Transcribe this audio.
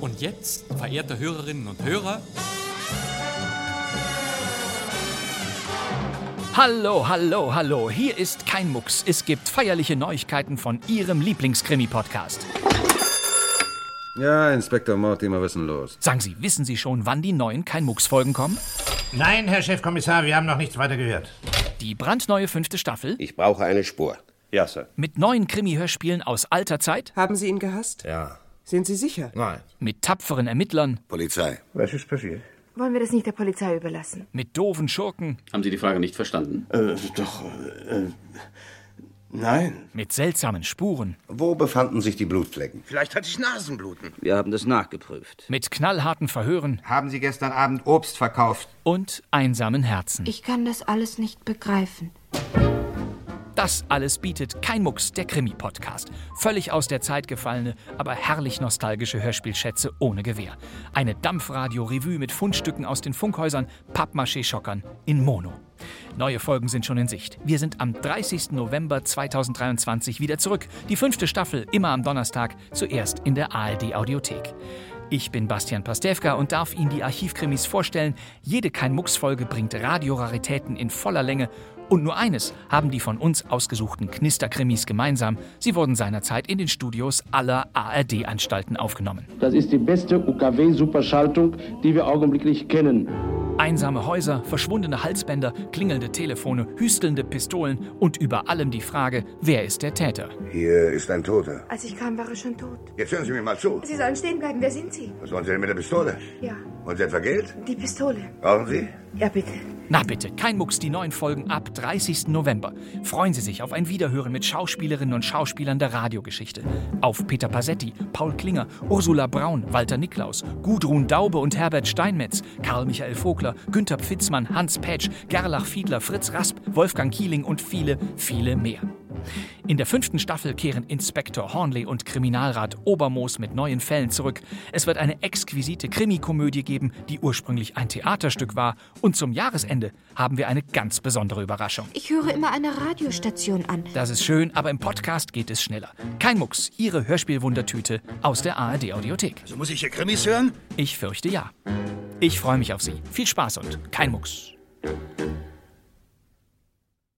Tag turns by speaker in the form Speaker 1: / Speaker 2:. Speaker 1: Und jetzt, verehrte Hörerinnen und Hörer,
Speaker 2: Hallo, hallo, hallo, hier ist kein Mucks. Es gibt feierliche Neuigkeiten von Ihrem Lieblingskrimi-Podcast.
Speaker 3: Ja, Inspektor Mortimer, was ist denn los?
Speaker 2: Sagen Sie, wissen Sie schon, wann die neuen kein Mucks-Folgen kommen?
Speaker 4: Nein, Herr Chefkommissar, wir haben noch nichts weiter gehört.
Speaker 2: Die brandneue fünfte Staffel
Speaker 5: Ich brauche eine Spur.
Speaker 6: Ja, Sir.
Speaker 2: mit neuen Krimi-Hörspielen aus alter Zeit,
Speaker 7: Haben Sie ihn gehasst?
Speaker 8: Ja.
Speaker 7: Sind Sie sicher?
Speaker 8: Nein.
Speaker 2: mit tapferen Ermittlern,
Speaker 5: Polizei.
Speaker 4: Was ist passiert?
Speaker 9: Wollen wir das nicht der Polizei überlassen?
Speaker 2: mit doofen Schurken,
Speaker 10: Haben Sie die Frage nicht verstanden?
Speaker 6: Äh, doch, äh, nein.
Speaker 2: mit seltsamen Spuren,
Speaker 5: Wo befanden sich die Blutflecken?
Speaker 8: Vielleicht hatte ich Nasenbluten.
Speaker 5: Wir haben das nachgeprüft.
Speaker 2: mit knallharten Verhören
Speaker 8: Haben Sie gestern Abend Obst verkauft?
Speaker 2: und einsamen Herzen.
Speaker 9: Ich kann das alles nicht begreifen.
Speaker 2: Das alles bietet kein Mucks, der Krimi-Podcast. Völlig aus der Zeit gefallene, aber herrlich nostalgische Hörspielschätze ohne Gewehr. Eine Dampfradio-Revue mit Fundstücken aus den Funkhäusern, Pappmaché-Schockern in Mono. Neue Folgen sind schon in Sicht. Wir sind am 30. November 2023 wieder zurück. Die fünfte Staffel, immer am Donnerstag, zuerst in der ARD-Audiothek. Ich bin Bastian Pastewka und darf Ihnen die Archivkrimis vorstellen. Jede Kein-Mucks-Folge bringt Radioraritäten in voller Länge. Und nur eines haben die von uns ausgesuchten Knisterkrimis gemeinsam. Sie wurden seinerzeit in den Studios aller ARD-Anstalten aufgenommen.
Speaker 10: Das ist die beste UKW-Superschaltung, die wir augenblicklich kennen.
Speaker 2: Einsame Häuser, verschwundene Halsbänder, klingelnde Telefone, hüstelnde Pistolen und über allem die Frage, wer ist der Täter?
Speaker 5: Hier ist ein Toter.
Speaker 9: Als ich kam, war er schon tot.
Speaker 5: Jetzt hören Sie mir mal zu.
Speaker 9: Sie sollen stehen bleiben. Wer sind Sie?
Speaker 5: Was wollen Sie denn mit der Pistole?
Speaker 9: Ja,
Speaker 5: Wollen Sie etwa Geld?
Speaker 9: die Pistole.
Speaker 5: Brauchen Sie?
Speaker 9: Ja, bitte.
Speaker 2: Na bitte, kein Mucks, die neuen Folgen ab 30. November. Freuen Sie sich auf ein Wiederhören mit Schauspielerinnen und Schauspielern der Radiogeschichte. Auf Peter Pasetti, Paul Klinger, Ursula Braun, Walter Niklaus, Gudrun Daube und Herbert Steinmetz, Karl Michael Vogler, Günther Pfitzmann, Hans Petsch, Gerlach Fiedler, Fritz Rasp, Wolfgang Kieling und viele, viele mehr. In der fünften Staffel kehren Inspektor Hornley und Kriminalrat Obermoos mit neuen Fällen zurück. Es wird eine exquisite Krimikomödie geben, die ursprünglich ein Theaterstück war. Und zum Jahresende haben wir eine ganz besondere Überraschung.
Speaker 9: Ich höre immer eine Radiostation an.
Speaker 2: Das ist schön, aber im Podcast geht es schneller. Kein Mucks, Ihre Hörspielwundertüte aus der ARD-Audiothek.
Speaker 8: So Also muss ich hier Krimis hören?
Speaker 2: Ich fürchte ja. Ich freue mich auf Sie. Viel Spaß und kein Mucks.